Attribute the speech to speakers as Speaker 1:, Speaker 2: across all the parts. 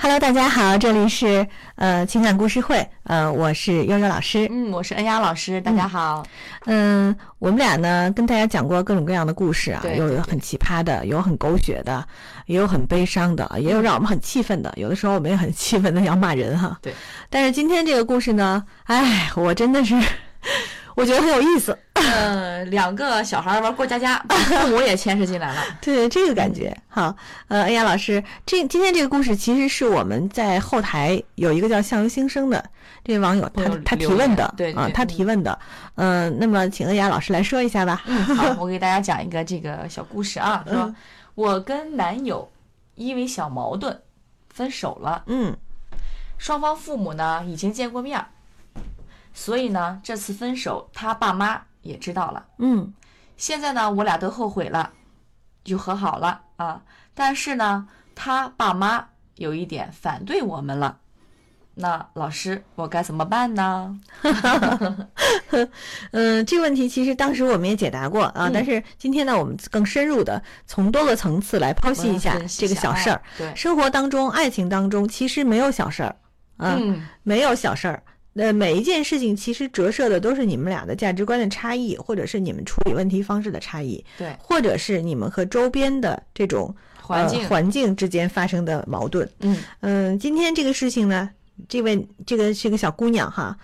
Speaker 1: Hello，大家好，这里是呃情感故事会，呃，我是悠悠老师。
Speaker 2: 嗯，我是恩雅老师，大家好。
Speaker 1: 嗯，我们俩呢跟大家讲过各种各样的故事啊，
Speaker 2: 对
Speaker 1: 有
Speaker 2: 对
Speaker 1: 有很奇葩的，有很狗血的，也有很悲伤的，也有让我们很气愤的，有的时候我们也很气愤的要骂人哈。
Speaker 2: 对。
Speaker 1: 但是今天这个故事呢，哎，我真的是 我觉得很有意思，
Speaker 2: 呃，两个小孩玩过家家，把父母也牵涉进来了。
Speaker 1: 对这个感觉。好，呃，恩雅老师，这今天这个故事其实是我们在后台有一个叫“相由心生”的这位网友，他
Speaker 2: 网友
Speaker 1: 他提
Speaker 2: 留言
Speaker 1: 问的，
Speaker 2: 对
Speaker 1: 啊
Speaker 2: 对，
Speaker 1: 他
Speaker 2: 嗯
Speaker 1: 提问的，嗯、那么请恩雅老师来说一下吧。
Speaker 2: 嗯， 好，我给大家讲一个这个小故事啊，说我跟男友因为小矛盾分手了，
Speaker 1: 嗯
Speaker 2: 双方父母呢已经见过面儿，所以呢这次分手他爸妈也知道了。
Speaker 1: 嗯
Speaker 2: 现在呢我俩都后悔了，就和好了啊，但是呢他爸妈有一点反对我们了。那老师，我该怎么办呢？
Speaker 1: 嗯、呃这个问题其实当时我们也解答过啊，
Speaker 2: 嗯
Speaker 1: 但是今天呢，我们更深入的从多个层次来剖析一下
Speaker 2: 分析
Speaker 1: 这个
Speaker 2: 一下
Speaker 1: 小事儿
Speaker 2: 啊。。对，
Speaker 1: 生活当中、爱情当中，其实没有小事儿，啊，
Speaker 2: 嗯，
Speaker 1: 没有小事儿。呃，每一件事情其实折射的都是你们俩的价值观的差异，或者是你们处理问题方式的差异，
Speaker 2: 对，
Speaker 1: 或者是你们和周边的这种
Speaker 2: 环
Speaker 1: 呃
Speaker 2: 境，
Speaker 1: 环境之间发生的矛盾。
Speaker 2: 嗯，
Speaker 1: 嗯，今天这个事情呢，这位这个是个小姑娘哈，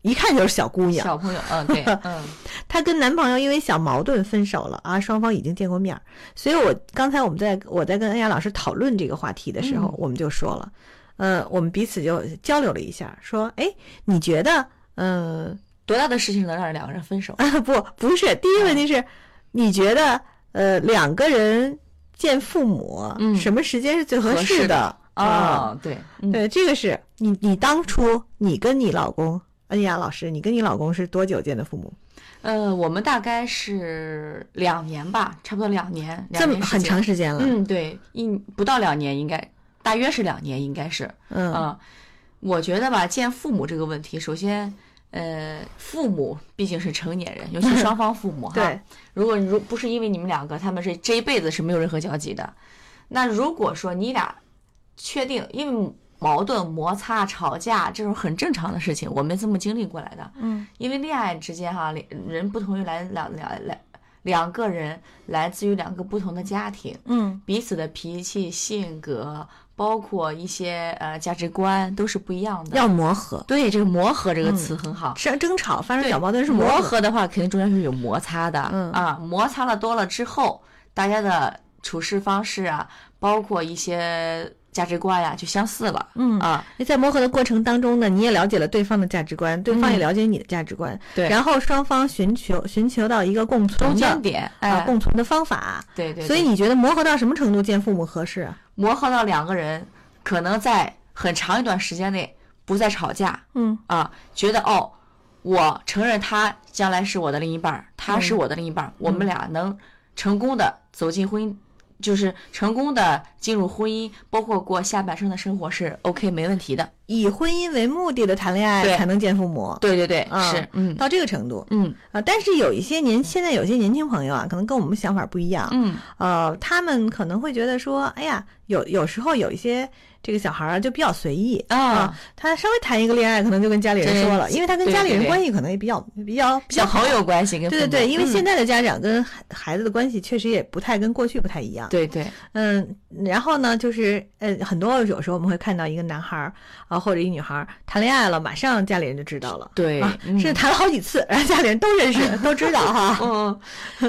Speaker 1: 一看就是小姑娘，
Speaker 2: 小朋友，嗯，对，嗯，
Speaker 1: 她跟男朋友因为小矛盾分手了啊，双方已经见过面儿，所以我刚才我们在我在跟恩雅老师讨论这个话题的时候，
Speaker 2: 嗯
Speaker 1: 我们就说了，呃，我们彼此就交流了一下，说，哎，你觉得，嗯、
Speaker 2: 多大的事情能让两个人分手？
Speaker 1: 啊，不，不是，第一个问题是，
Speaker 2: 嗯
Speaker 1: 你觉得，呃，两个人见父母，
Speaker 2: 嗯
Speaker 1: 什么时间是最合
Speaker 2: 合
Speaker 1: 适
Speaker 2: 适的
Speaker 1: 的？啊，
Speaker 2: 哦，对，嗯，
Speaker 1: 对，这个是你，你当初你跟你老公。恩雅老师，你跟你老公是多久见的父母？
Speaker 2: 呃，我们大概是两年吧，差不多两年，两
Speaker 1: 这么
Speaker 2: 年时
Speaker 1: 很
Speaker 2: 间
Speaker 1: 长。时间了，
Speaker 2: 嗯，对，一不到两年，应该大约是两年，应该是，
Speaker 1: 嗯
Speaker 2: 嗯，我觉得吧，见父母这个问题，首先。呃，父母毕竟是成年人，尤其双方父母哈。
Speaker 1: 对，
Speaker 2: 如果如不是因为你们两个，他们是这一辈子是没有任何交集的。那如果说你俩确定，因为矛盾、摩擦、吵架这种很正常的事情，我们这么经历过来的。
Speaker 1: 嗯，
Speaker 2: 因为恋爱之间哈、两人不同于来两两两两个人来自于两个不同的家庭，
Speaker 1: 嗯
Speaker 2: 彼此的脾气、性格，包括一些呃价值观都是不一样，的。
Speaker 1: 要嗯磨合。
Speaker 2: 对这个磨合这个词很好。
Speaker 1: 是争吵，发生
Speaker 2: 对
Speaker 1: 小矛盾是
Speaker 2: 磨
Speaker 1: 合。
Speaker 2: 合的话，肯定中间是有摩擦的，
Speaker 1: 嗯
Speaker 2: 啊，摩擦了多了之后，大家的处事方式啊，包括一些价值观呀、就相似了，
Speaker 1: 嗯
Speaker 2: 啊，
Speaker 1: 在磨合的过程当中呢，你也了解了对方的价值观，对方也
Speaker 2: 嗯
Speaker 1: 了解你的价值观，
Speaker 2: 对
Speaker 1: 然后双方寻求寻求到一个共
Speaker 2: 中
Speaker 1: 存的
Speaker 2: 间点，
Speaker 1: 啊
Speaker 2: 哎，
Speaker 1: 共存的方法。
Speaker 2: 对对，
Speaker 1: 所以
Speaker 2: 对
Speaker 1: 你觉得磨合到什么程度见父母合适啊？
Speaker 2: 磨合到两个人可能在很长一段时间内不再吵架
Speaker 1: 嗯
Speaker 2: 啊，觉得哦，我承认他将来是我的另一半儿，他
Speaker 1: 嗯
Speaker 2: 是我的另一半儿，我们俩能成功的走进婚姻，就是成功的进入婚姻，包括过下半生的生活是 OK 没问题的。
Speaker 1: 以婚姻为目的的谈恋爱
Speaker 2: 对
Speaker 1: 才能见父母，
Speaker 2: 对对对，
Speaker 1: 啊
Speaker 2: 是，嗯
Speaker 1: 到这个程度
Speaker 2: 嗯
Speaker 1: 啊。但是有一些年现在有些年轻朋友啊，可能跟我们想法不一样，
Speaker 2: 嗯，
Speaker 1: 呃，他们可能会觉得说，哎呀，有有时候有一些这个小孩儿啊就比较随意
Speaker 2: 啊
Speaker 1: 他稍微谈一个恋爱，可能就跟家里人说了，
Speaker 2: 对
Speaker 1: 因为他跟
Speaker 2: 对
Speaker 1: 家里
Speaker 2: 对
Speaker 1: 人
Speaker 2: 对
Speaker 1: 关系可能也比较比较比较
Speaker 2: 小
Speaker 1: 好
Speaker 2: 朋。友关系跟
Speaker 1: 对对
Speaker 2: 父母
Speaker 1: 对，因为
Speaker 2: 嗯
Speaker 1: 现在的家长跟孩孩子的关系确实也不太跟过去不太一样。
Speaker 2: 对对
Speaker 1: 嗯，然后呢，就是呃，很多有时候我们会看到一个男孩儿啊或者一女孩儿谈恋爱了，马上家里人就知道了，
Speaker 2: 对
Speaker 1: 啊，
Speaker 2: 嗯
Speaker 1: 甚至谈了好几次， 然后家里人都认 识都知道哈。
Speaker 2: 嗯，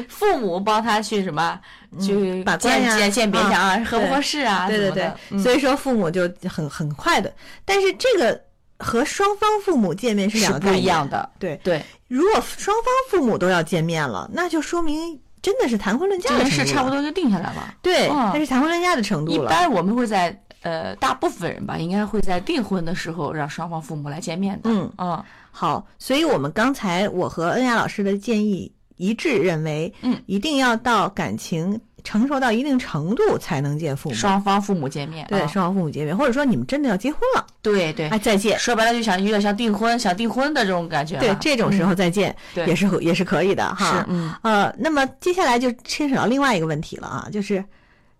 Speaker 2: 父母帮他去什么，去
Speaker 1: 嗯把关
Speaker 2: 鉴
Speaker 1: 呀
Speaker 2: 鉴鉴别一下啊，合不
Speaker 1: 对
Speaker 2: 合适啊，
Speaker 1: 对对对， 所
Speaker 2: 以
Speaker 1: 以说父母就很很快的，但是这个和双方父母见面是两个
Speaker 2: 是不
Speaker 1: 概
Speaker 2: 一
Speaker 1: 念
Speaker 2: 样的，
Speaker 1: 对
Speaker 2: 对，
Speaker 1: 如果双方父母都要见面了，那就说明真的是谈婚论嫁的
Speaker 2: 这件
Speaker 1: 程度
Speaker 2: 事
Speaker 1: 了
Speaker 2: 差不。多就定下来了。
Speaker 1: 对，
Speaker 2: 嗯
Speaker 1: 那、是谈婚论嫁的程
Speaker 2: 一
Speaker 1: 度了。
Speaker 2: 般我们会在呃，大部分人吧，应该会在订婚的时候让双方父母来见面的。
Speaker 1: 嗯，
Speaker 2: 嗯
Speaker 1: 好，所以我们刚才我和恩雅老师的建议一致认为，
Speaker 2: 嗯，
Speaker 1: 一定要到感情成熟到一定程度才能见父母。
Speaker 2: 双方父母见面。
Speaker 1: 对，
Speaker 2: 啊
Speaker 1: 双方父母见面，或者说你们真的要结婚了，
Speaker 2: 对对
Speaker 1: 哎，，再见。
Speaker 2: 说白了就想有点像订婚，想订婚的这种感觉
Speaker 1: 对
Speaker 2: 了。，
Speaker 1: 这种时候再见、
Speaker 2: 啊嗯对
Speaker 1: 也是合也是可以的哈。
Speaker 2: 是嗯
Speaker 1: 呃，那么接下来就牵扯到另外一个问题了啊，就是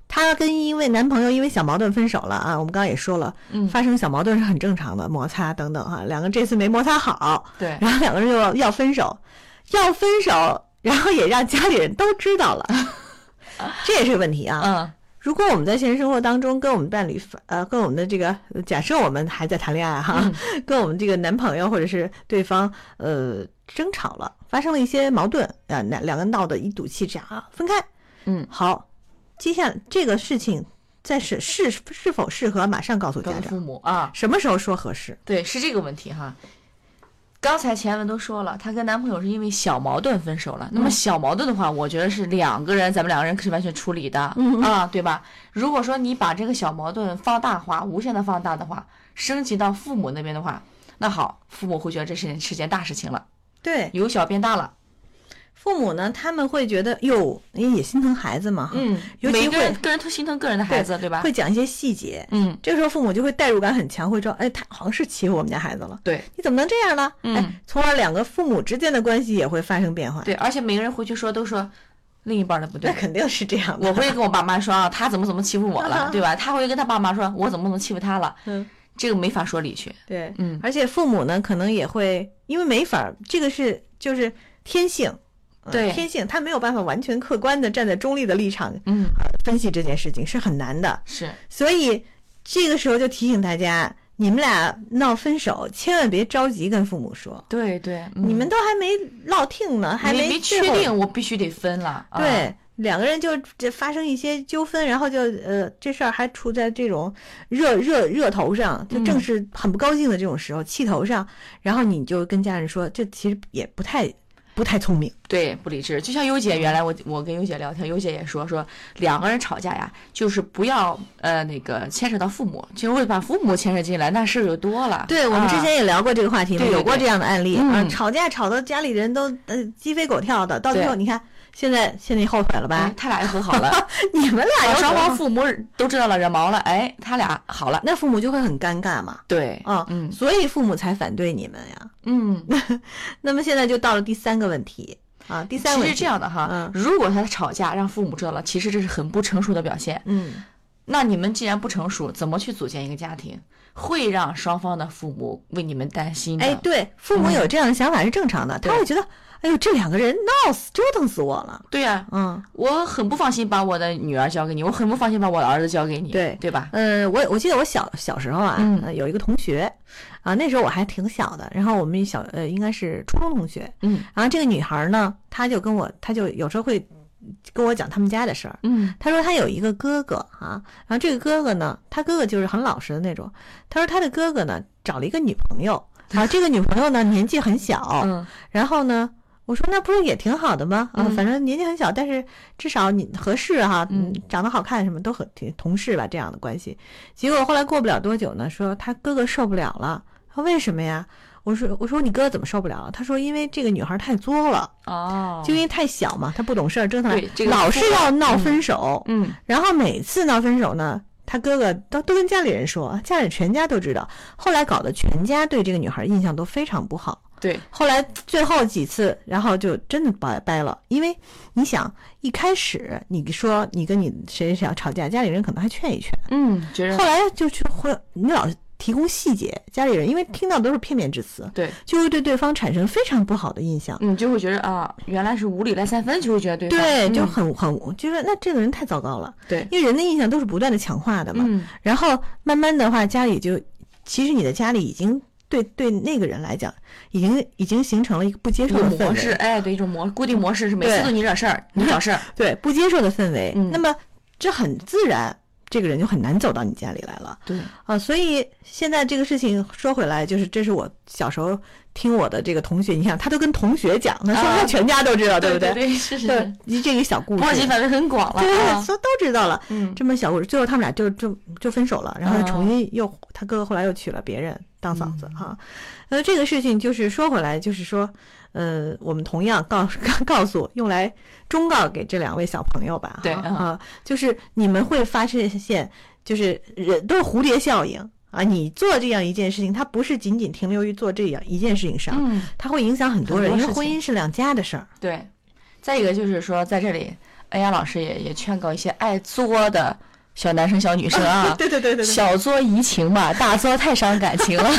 Speaker 1: 她跟因为男朋友因为小矛盾分手了啊，我们刚刚也说了，
Speaker 2: 嗯
Speaker 1: 发生小矛盾是很正常的，摩擦等等啊，两个这次没摩擦好，
Speaker 2: 对，
Speaker 1: 然后两个人就要分手，要分手，然后也让家里人都知道了，这也是问题啊。
Speaker 2: 嗯
Speaker 1: 如果我们在现实生活当中跟我们伴侣发，呃，跟我们的这个，呃假设我们还在谈恋爱哈，
Speaker 2: 嗯
Speaker 1: 跟我们这个男朋友或者是对方，呃，争吵了，发生了一些矛盾，啊，那两个人闹得一肚气，这样啊，分开。
Speaker 2: 嗯，
Speaker 1: 好，接下来这个事情在是是是否适合马上告诉
Speaker 2: 告
Speaker 1: 家
Speaker 2: 诉
Speaker 1: 长，
Speaker 2: 父母啊，
Speaker 1: 什么时候说合适？
Speaker 2: 对，是这个问题哈。刚才前文都说了，她跟男朋友是因为小矛盾分手了。那
Speaker 1: 嗯
Speaker 2: 么小矛盾的话，我觉得是两个人，咱们两个人是完全处理的，
Speaker 1: 嗯
Speaker 2: 啊，对吧？如果说你把这个小矛盾放大化、无限的放大的话，升级到父母那边的话，那好，父母会觉得这是是件大事情了，
Speaker 1: 对，
Speaker 2: 由小变大了。
Speaker 1: 父母呢，他们会觉得哟，也也心疼孩子嘛，哈，
Speaker 2: 嗯，
Speaker 1: 尤其
Speaker 2: 每个人
Speaker 1: 会
Speaker 2: 个人都心疼个人的孩子，对吧？
Speaker 1: 会讲一些细节。
Speaker 2: 嗯，
Speaker 1: 这个时候父母就会代入感很强，会说，哎，他好像是欺负我们家孩子了。
Speaker 2: 对
Speaker 1: 你怎么能这样呢？
Speaker 2: 嗯
Speaker 1: 哎，从而两个父母之间的关系也会发生变化。，
Speaker 2: 对，而且每个人回去说都说另一半的 不对
Speaker 1: 那，肯定是这样的。
Speaker 2: 我会跟我爸妈说啊，他怎么怎么欺负我了，对吧？他会跟他爸妈说，我怎么怎么欺负他了，
Speaker 1: 嗯，
Speaker 2: 这个没法说理去。
Speaker 1: 对，
Speaker 2: 嗯，
Speaker 1: 而且父母呢，可能也会因为没法儿，这个是就是天性，嗯
Speaker 2: 对
Speaker 1: 天性，他没有办法完全客观的站在中立的立场
Speaker 2: 嗯，
Speaker 1: 分析这件事情是很难的，
Speaker 2: 是
Speaker 1: 所以这个时候就提醒大家，你们俩闹分手，千万别着急跟父母说，
Speaker 2: 对对，嗯
Speaker 1: 你们都还没落听呢，还
Speaker 2: 没
Speaker 1: 没
Speaker 2: 确
Speaker 1: 最后
Speaker 2: 定，我必须得分了。啊，
Speaker 1: 对，两个人就这发生一些纠纷，然后就呃，这事儿还处在这种热热热头上，就正
Speaker 2: 嗯
Speaker 1: 是很不高兴的这种时候，气头上，然后你就跟家人说，这其实也不太不太聪明，
Speaker 2: 对，不理智。就像优姐，原来我我跟优姐聊天，优姐也说说两个人吵架呀，就是不要呃那个牵扯到父母，就会把父母牵扯进来，那事儿就多了。
Speaker 1: 对我们之
Speaker 2: 啊
Speaker 1: 前也聊过这个话题嘛，
Speaker 2: 对对
Speaker 1: 有过
Speaker 2: 对
Speaker 1: 这样的案例啊，
Speaker 2: 嗯
Speaker 1: 吵架吵到家里人都呃鸡飞狗跳的，到最
Speaker 2: 对
Speaker 1: 后你看现在现在后悔了吧
Speaker 2: 哎？他俩又和好 了，
Speaker 1: 你们俩
Speaker 2: 啊
Speaker 1: 有
Speaker 2: 双
Speaker 1: 什
Speaker 2: 方
Speaker 1: 么
Speaker 2: 父母都知道了惹毛了，哎，他俩好了。
Speaker 1: 那父母就会很尴尬嘛，
Speaker 2: 对，
Speaker 1: 啊，
Speaker 2: 嗯
Speaker 1: 所以父母才反对你们呀。
Speaker 2: 嗯，
Speaker 1: 那么现在就到了第三个问题啊，第三个
Speaker 2: 其
Speaker 1: 问
Speaker 2: 实
Speaker 1: 题
Speaker 2: 这样的哈，
Speaker 1: 嗯
Speaker 2: 如果他吵架让父母知道了，其实这是很不成熟的表现。
Speaker 1: 嗯。
Speaker 2: 那你们既然不成熟，怎么去组建一个家庭？会让双方的父母为你们担心的。
Speaker 1: 哎，对，父母有这样的想法是正常的，他
Speaker 2: 对
Speaker 1: 会觉得，哎呦，这两个人闹死折腾死我了。
Speaker 2: 对呀、
Speaker 1: 嗯，
Speaker 2: 我很不放心把我的女儿交给你，我很不放心把我的儿子交给你，
Speaker 1: 对
Speaker 2: 对吧？
Speaker 1: 呃，我我记得我小小时候啊、
Speaker 2: 嗯
Speaker 1: 呃有一个同学，啊，那时候我还挺小的，然后我们小呃应该是初中同学，
Speaker 2: 嗯
Speaker 1: 然后这个女孩呢，她就跟我，她就有时候会跟我讲他们家的事儿。
Speaker 2: 嗯
Speaker 1: 她说她有一个哥哥啊，然后这个哥哥呢，他哥哥就是很老实的那种。她说她的哥哥呢找了一个女朋友，啊，这个女朋友呢年纪很小，
Speaker 2: 嗯
Speaker 1: 然后呢，我说那不是也挺好的吗？啊，
Speaker 2: 嗯
Speaker 1: 反正年纪很小，但是至少你合适哈、
Speaker 2: 嗯
Speaker 1: 嗯，长得好看什么都很挺同事吧这样的关系。结果后来过不了多久呢，说他哥哥受不了了，他说为什么呀？我说我说你哥怎么受不了了？他说因为这个女孩太作了，
Speaker 2: 哦，
Speaker 1: 就因为太小嘛，她不懂事儿，折腾来
Speaker 2: 对这个
Speaker 1: 老是
Speaker 2: 作
Speaker 1: 要闹
Speaker 2: 嗯
Speaker 1: 分手，
Speaker 2: 嗯
Speaker 1: 然后每次闹分手呢，他哥哥都都跟家里人说，家里全家都知道。后来搞得全家对这个女孩印象都非常不好。
Speaker 2: 对，
Speaker 1: 后来最后几次，然后就真的掰掰了，因为你想，一开始你说你跟你谁谁谁要吵架，家里人可能还劝一劝，
Speaker 2: 嗯，觉
Speaker 1: 后
Speaker 2: 得
Speaker 1: 来就去会你老提供细节，家里人因为听到都是片面之词，
Speaker 2: 对，
Speaker 1: 就会对对方产生非常不好的印象。
Speaker 2: 嗯，就会觉得啊，原来是无理来三分，就会觉得对方
Speaker 1: 对，就
Speaker 2: 嗯
Speaker 1: 很很就是那这个人太糟糕了，
Speaker 2: 对，
Speaker 1: 因为人的印象都是不断的强化的嘛。
Speaker 2: 嗯
Speaker 1: 然后慢慢的话，家里就，其实你的家里已经对对那个人来讲，已经已经形成了一个不接
Speaker 2: 一
Speaker 1: 受
Speaker 2: 种
Speaker 1: 的氛
Speaker 2: 模式，
Speaker 1: 围，
Speaker 2: 哎，对，一种模固定模式是每次
Speaker 1: 对
Speaker 2: 都你惹事儿，你找 事儿，
Speaker 1: 对不接受的氛围。
Speaker 2: 嗯
Speaker 1: 那么这很自然，这个人就很难走到你家里来了
Speaker 2: 对，
Speaker 1: 啊。所以现在这个事情说回来，就是这是我小时候听我的这个同学，你看他都跟同学讲，他说
Speaker 2: 啊
Speaker 1: 他全家都知道，对不
Speaker 2: 对
Speaker 1: 对？
Speaker 2: 对， 是是
Speaker 1: 对
Speaker 2: 是，，
Speaker 1: 你这个小故
Speaker 2: 波及
Speaker 1: 事。
Speaker 2: 范围很广了，
Speaker 1: 对，
Speaker 2: 啊
Speaker 1: 说都知道了，
Speaker 2: 嗯，
Speaker 1: 这么小故事，最后他们俩就就就分手了，然后
Speaker 2: 嗯
Speaker 1: 重新又、他哥哥后来又娶了别人当嫂子、啊。呃，这个事情就是说回来，就是说，呃，我们同样告告诉 用来忠告给这两位小朋友吧，
Speaker 2: 对
Speaker 1: 啊
Speaker 2: 嗯
Speaker 1: 啊，就是你们会发现，就是人都是蝴蝶效应啊，你做这样一件事情，它不是仅仅停留于做这样一件事情上，
Speaker 2: 嗯，
Speaker 1: 它会影响很多人，
Speaker 2: 很多
Speaker 1: 因为
Speaker 2: 事
Speaker 1: 婚姻是两家的事儿，，
Speaker 2: 哎对，再一个就是说，在这里，恩雅老师也也劝告一些爱作的
Speaker 3: 小男生、小女生啊
Speaker 1: 对对对对对
Speaker 3: 小作怡情 嘛，大作太伤感情了。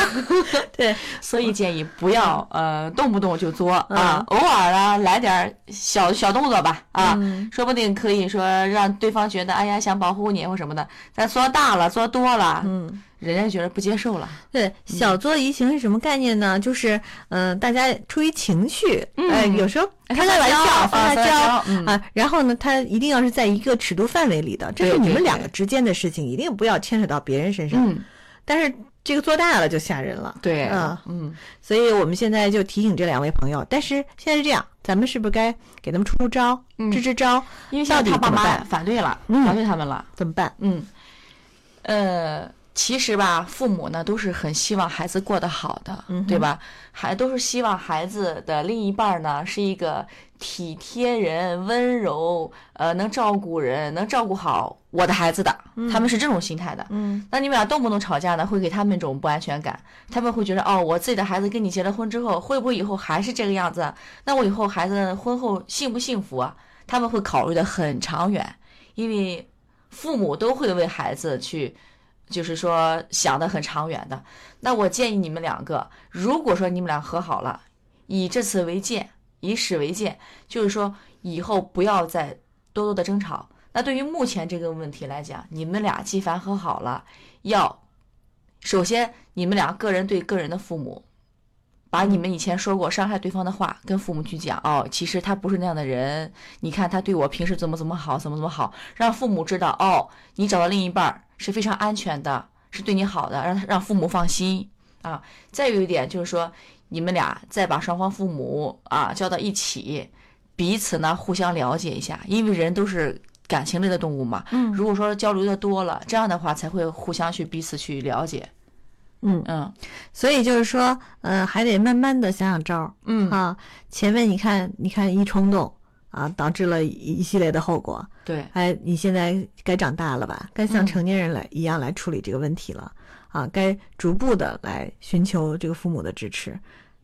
Speaker 1: 对，
Speaker 2: 所以建议不要呃动不动就作
Speaker 1: 嗯
Speaker 2: 啊，偶尔啊来点儿小小动作吧啊，
Speaker 1: 嗯
Speaker 2: 说不定可以说让对方觉得哎呀想保护你或什么的。咱作大了，作多了，
Speaker 1: 嗯，
Speaker 2: 人家觉得不接受了。
Speaker 1: 对，
Speaker 2: 嗯
Speaker 1: 小作怡情是什么概念呢？就是嗯、呃大家出于情绪，
Speaker 2: 嗯
Speaker 1: 呃，有时候
Speaker 2: 哎
Speaker 1: 开开玩笑，
Speaker 2: 撒娇啊
Speaker 1: 撒
Speaker 2: 撒娇
Speaker 1: 娇
Speaker 2: 嗯
Speaker 1: 啊，然后呢，他一定要是在一个尺度范围里的，这是
Speaker 2: 对
Speaker 1: 你
Speaker 2: 对
Speaker 1: 们两
Speaker 2: 对
Speaker 1: 个之间的事情，一定不要牵扯到别人身上。
Speaker 2: 嗯，
Speaker 1: 但是这个做大了就吓人了，
Speaker 2: 对，
Speaker 1: 嗯
Speaker 2: 嗯，
Speaker 1: 所以我们现在就提醒这两位朋友。但是现在是这样，咱们是不是该给他们出出招、
Speaker 2: 嗯
Speaker 1: 支支招？
Speaker 2: 因为现在
Speaker 1: 到底
Speaker 2: 他爸
Speaker 1: 怎么
Speaker 2: 妈
Speaker 1: 办
Speaker 2: 反对了，
Speaker 1: 嗯
Speaker 2: 反对他们了。
Speaker 1: 怎么办？
Speaker 2: 嗯，呃，其实吧，父母呢都是很希望孩子过得好的，
Speaker 1: 嗯哼
Speaker 2: 对吧？还都是希望孩子的另一半儿呢是一个体贴人、温柔，呃，能照顾人、能照顾好我的孩子的，他们是这种心态的。
Speaker 1: 嗯
Speaker 2: 那你们俩动不动吵架呢，会给他们一种不安全感，他们会觉得哦，我自己的孩子跟你结了婚之后，会不会以后还是这个样子啊？那我以后孩子婚后幸不幸福啊？他们会考虑的很长远，因为父母都会为孩子去，就是说想的很长远的。那我建议你们两个，如果说你们俩和好了，以这次为戒，以史为戒，就是说以后不要再多多的争吵。那对于目前这个问题来讲，你们俩既凡和好了，要首先你们俩个人对个人的父母，把你们以前说过伤害对方的话跟父母去讲哦，其实他不是那样的人，你看他对我平时怎么怎么好，怎么怎么好，让父母知道哦，你找到另一半儿是非常安全的，是对你好的，让他让父母放心啊。再有一点就是说，你们俩再把双方父母啊叫到一起，彼此呢互相了解一下，因为人都是感情类的动物嘛。
Speaker 1: 嗯
Speaker 2: 如果说交流的多了，这样的话才会互相去彼此去了解。
Speaker 1: 嗯，
Speaker 2: 嗯
Speaker 1: 所以就是说，嗯、还得慢慢的想想招儿。
Speaker 2: 嗯，
Speaker 1: 啊，前面你看，你看一冲动啊，导致了一一系列的后果。
Speaker 2: 对，
Speaker 1: 哎，你现在该长大了吧？该像
Speaker 2: 嗯
Speaker 1: 成年人来、一样来处理这个问题了啊！该逐步的来寻求这个父母的支持，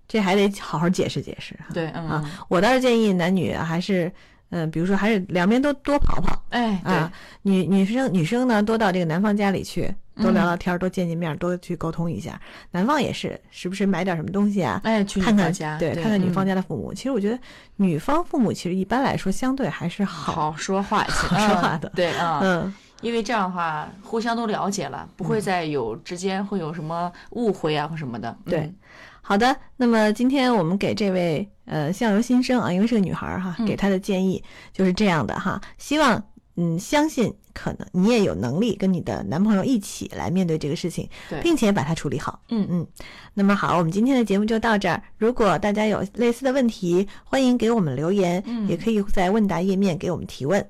Speaker 1: 这还得好好解释解释哈。
Speaker 2: 对，嗯，
Speaker 1: 啊我倒是建议男女还是，嗯、比如说还是两边都多跑跑
Speaker 2: 哎，对，
Speaker 1: 啊。女女生女生呢，多到这个男方家里去，多聊
Speaker 2: 嗯
Speaker 1: 聊天儿，多见见面儿，多去沟通一下。男方也是，时不时买点什么东西啊，
Speaker 2: 哎，去
Speaker 1: 看
Speaker 2: 女
Speaker 1: 看
Speaker 2: 方家，
Speaker 1: 对，
Speaker 2: 对，
Speaker 1: 看看女方
Speaker 2: 嗯
Speaker 1: 家的父母。其实我觉得女方父母其实一般来说相对还是好，
Speaker 2: 好说话一些，
Speaker 1: 好说话的
Speaker 2: 嗯对啊，
Speaker 1: 嗯
Speaker 2: 因为这样的话互相都了解了，不会再有之间会有什么误会啊或什么的。嗯
Speaker 1: 对，好的。那么今天我们给这位呃相由新生啊，因为是个女孩儿哈，
Speaker 2: 嗯
Speaker 1: 给她的建议就是这样的哈，希望嗯相信可能你也有能力跟你的男朋友一起来面对这个事情，
Speaker 2: 对
Speaker 1: 并且把它处理好。
Speaker 2: 嗯
Speaker 1: 嗯。那么好，我们今天的节目就到这儿。如果大家有类似的问题，欢迎给我们留言，
Speaker 2: 嗯
Speaker 1: 也可以在问答页面给我们提问。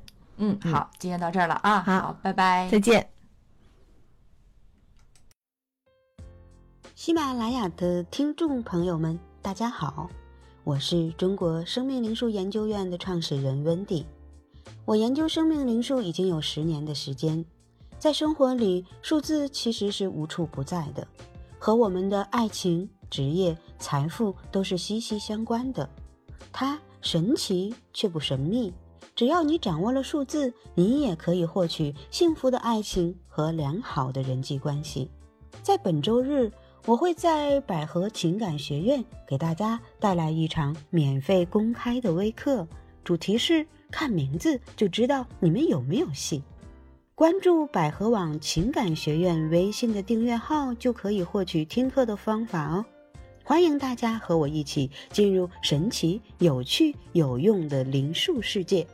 Speaker 2: 嗯，
Speaker 1: 嗯
Speaker 2: 好，今天到这儿了啊，
Speaker 1: 好
Speaker 2: 好，拜拜，
Speaker 1: 再见。
Speaker 4: 喜马拉雅的听众朋友们，大家好，我是中国生命灵数研究院的创始人温迪。我研究生命灵数已经有十年的时间，在生活里，数字其实是无处不在的，和我们的爱情、职业、财富都是息息相关的。它神奇却不神秘，只要你掌握了数字，你也可以获取幸福的爱情和良好的人际关系。在本周日，我会在百合情感学院给大家带来一场免费公开的微课，主题是看名字就知道你们有没有戏。关注百合网情感学院微信的订阅号，就可以获取听课的方法哦。欢迎大家和我一起进入神奇、有趣、有用的灵数世界。